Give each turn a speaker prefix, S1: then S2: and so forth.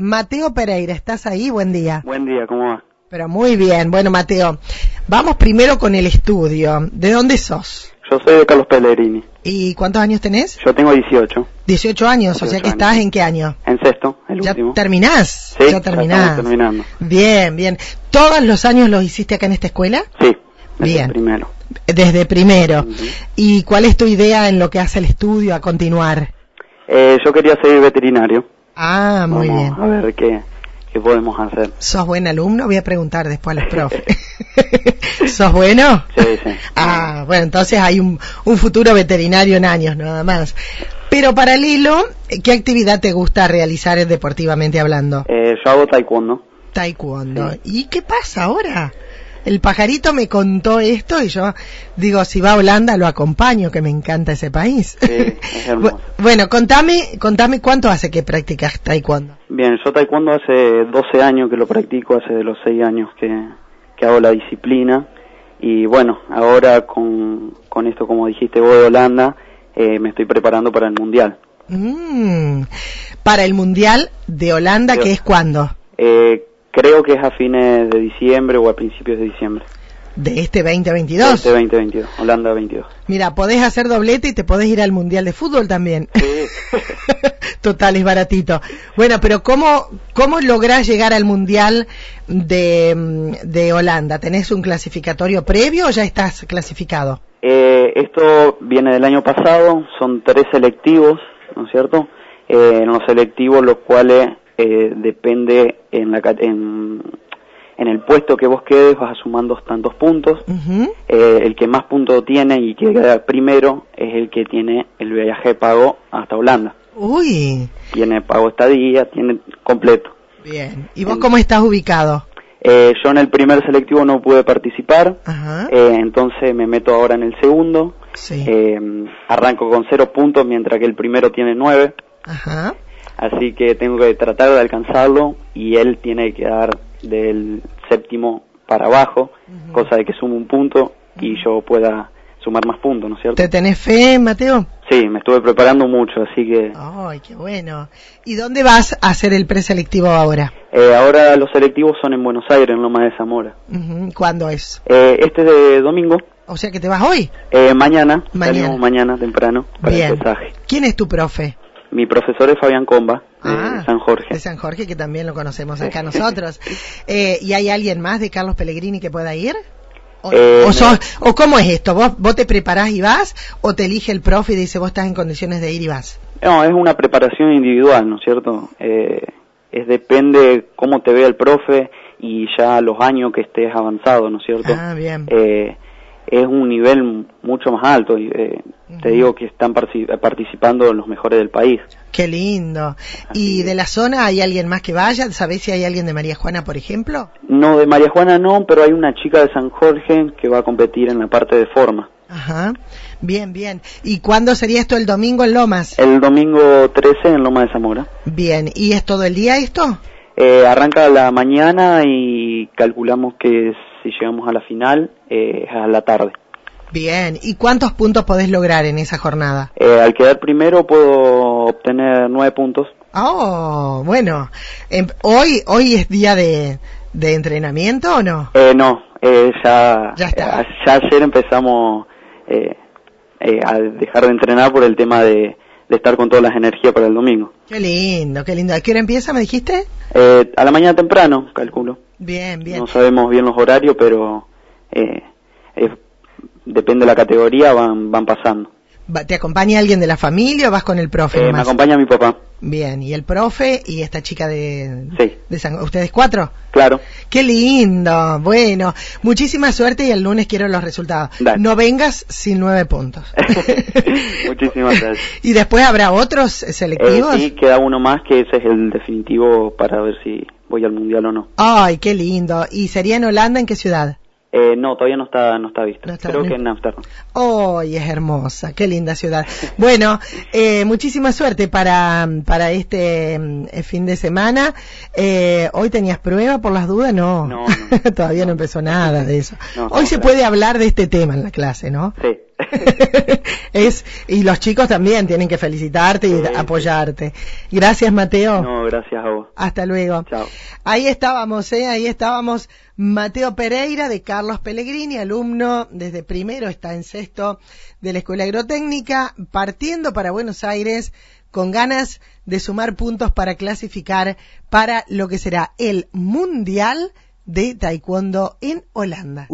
S1: Mateo Pereira, ¿estás ahí? Buen día.
S2: Buen día, ¿cómo va?
S1: Pero muy bien. Bueno, Mateo, vamos primero con el estudio. ¿De dónde sos?
S2: Yo soy de Carlos Pellegrini.
S1: ¿Y cuántos años tenés?
S2: Yo tengo 18.
S1: 18 años, o sea
S2: 18
S1: que estás en qué año?
S2: En sexto, el
S1: ¿Ya
S2: último.
S1: terminás?
S2: Sí,
S1: ya
S2: ya
S1: terminás.
S2: estamos terminando.
S1: Bien, bien. ¿Todos los años los hiciste acá en esta escuela?
S2: Sí, es
S1: Bien.
S2: el primero.
S1: Desde primero.
S2: Ujú.
S1: ¿Y cuál es tu idea en lo que hace el estudio a continuar?
S2: Eh, yo quería ser veterinario.
S1: Ah, muy
S2: Vamos
S1: bien.
S2: A ver qué, qué podemos hacer.
S1: ¿Sos buen alumno? Voy a preguntar después a los profes. ¿Sos bueno?
S2: Sí, sí.
S1: Ah, bueno, entonces hay un, un futuro veterinario en años nada más. Pero paralelo, ¿qué actividad te gusta realizar deportivamente hablando?
S2: Eh, yo hago taekwondo.
S1: Taekwondo. ¿Y qué pasa ahora? El pajarito me contó esto y yo digo, si va a Holanda lo acompaño, que me encanta ese país.
S2: Sí, es hermoso.
S1: Bu- bueno, contame, contame cuánto hace que practicas taekwondo.
S2: Bien, yo taekwondo hace 12 años que lo practico, hace de los 6 años que, que hago la disciplina. Y bueno, ahora con, con esto, como dijiste vos de Holanda, eh, me estoy preparando para el Mundial.
S1: Mm, para el Mundial de Holanda,
S2: Yo-
S1: que es cuándo?
S2: Eh, creo que es a fines de diciembre o a principios de diciembre.
S1: De este 2022.
S2: Este 2022, Holanda 22.
S1: Mira, podés hacer doblete y te podés ir al Mundial de Fútbol también.
S2: Sí.
S1: Total, es baratito. Bueno, pero ¿cómo, cómo lográs llegar al Mundial de, mm, de Holanda? ¿Tenés un clasificatorio previo o ya estás clasificado?
S2: Eh, esto viene del año pasado, son tres selectivos, ¿no es cierto? Eh, en los selectivos, los cuales eh, depende en, la, cate- en, en el puesto que vos quedes, vas sumando tantos puntos.
S1: Ujú.
S2: Eh, el que más puntos tiene y que queda primero es el que tiene el viaje pago hasta Holanda.
S1: Uy,
S2: Tiene pago estadía, tiene completo.
S1: bien. ¿Y vos cómo estás ubicado?
S2: Eh, yo en el primer selectivo no pude participar,
S1: Ajá.
S2: eh, entonces me meto ahora en el segundo.
S1: ¿Ah? Sí.
S2: Eh, arranco con cero puntos mientras que el primero tiene nueve,
S1: Ajá.
S2: así que tengo que tratar de alcanzarlo y él tiene que dar del séptimo para abajo,
S1: Ujú.
S2: cosa de que sume un punto y yo pueda sumar más puntos, ¿no es cierto?
S1: ¿Te tenés fe, Mateo?
S2: Sí, me estuve preparando mucho, así que
S1: Ay, qué bueno. ¿Y dónde vas a hacer el preselectivo ahora?
S2: eh, ahora los selectivos son en Buenos Aires, en Loma de Zamora.
S1: Ujú, ¿Cuándo es?
S2: Eh, este es de domingo,
S1: O sea que te vas hoy.
S2: eh, mañana,
S1: Mañana.
S2: salimos mañana temprano para el
S1: Bien.
S2: pesaje.
S1: ¿Quién es tu profe?
S2: Mi profesor es Fabián Comba, de
S1: Ah,
S2: San Jorge.
S1: De San Jorge, que también lo conocemos acá
S2: Sí.
S1: nosotros. Eh, ¿Y hay alguien más de Carlos Pellegrini que pueda ir? ¿O,
S2: Eh,
S1: o
S2: no.
S1: sos- o cómo es esto? ¿Vos, ¿Vos te preparás y vas? ¿O te elige el profe y dice vos estás en condiciones de ir y vas?
S2: No, es una preparación individual, ¿no es cierto? Eh, es depende cómo te vea el profe y ya los años que estés avanzado, ¿no es cierto?
S1: Ah, bien.
S2: Eh, es un nivel m- mucho más alto. y, eh,
S1: Ujú.
S2: Te digo que están parci- participando los mejores del país.
S1: Qué lindo.
S2: Así
S1: ¿Y
S2: es.
S1: de la zona hay alguien más que vaya? ¿Sabés si hay alguien de María Juana, por ejemplo?
S2: No, de María Juana no, pero hay una chica de San Jorge que va a competir en la parte de forma.
S1: Ajá. Bien, bien. ¿Y cuándo sería esto el domingo en Lomas?
S2: El domingo 13 en Loma de Zamora.
S1: Bien. ¿Y es todo el día esto?
S2: Eh, arranca a la mañana y calculamos que si llegamos a la final eh, es a la tarde.
S1: Bien. ¿Y cuántos puntos podés lograr en esa jornada?
S2: Eh, al quedar primero puedo obtener nueve puntos.
S1: Oh, bueno. Em, hoy, hoy es día de, de entrenamiento o no?
S2: Eh, no, eh, ya,
S1: Ya está.
S2: eh, ya ayer empezamos eh, eh, a dejar de entrenar por el tema de, de estar con todas las energías para el domingo.
S1: Qué lindo, qué lindo. ¿A qué hora empieza, me dijiste?
S2: Eh, a la mañana temprano, calculo.
S1: Bien, bien.
S2: No sabemos bien los horarios, pero eh, es- depende de la categoría, van, van pasando.
S1: Va- ¿Te acompaña alguien de la familia o vas con el profe?
S2: Eh, me
S1: nomás?
S2: acompaña mi papá.
S1: Bien, y el profe y esta chica de,
S2: Sí.
S1: de San... ¿Ustedes cuatro?
S2: Claro.
S1: Qué lindo. Bueno, muchísima suerte y el lunes quiero los resultados.
S2: Dale.
S1: No vengas sin nueve puntos.
S2: Muchísimas gracias.
S1: ¿Y después habrá otros
S2: Eh,
S1: selectivos?
S2: sí, queda uno más que ese es el definitivo para ver si voy al mundial o no.
S1: Ay, qué lindo. ¿Y sería en Holanda en qué ciudad?
S2: Eh, no, todavía no está, no está visto.
S1: No está
S2: Creo
S1: bien.
S2: que en Amsterdam.
S1: ¡Ay, es hermosa! ¡Qué linda ciudad! Bueno, eh, muchísima suerte para, para este mm, eh, fin de semana. Eh, ¿Hoy tenías prueba por las dudas? No.
S2: No, no.
S1: Todavía no empezó nada de eso.
S2: No,
S1: Hoy
S2: no,
S1: se
S2: claro.
S1: puede hablar de este tema en la clase, ¿no?
S2: Sí.
S1: es y los chicos también tienen que felicitarte y apoyarte. Gracias, Mateo.
S2: No, gracias a vos.
S1: Hasta luego.
S2: Chao.
S1: Ahí estábamos, ¿eh? ahí estábamos Mateo Pereira de Carlos Pellegrini, alumno desde primero, está en sexto de la Escuela Agrotécnica, partiendo para Buenos Aires con ganas de sumar puntos para clasificar para lo que será el Mundial de Taekwondo en Holanda.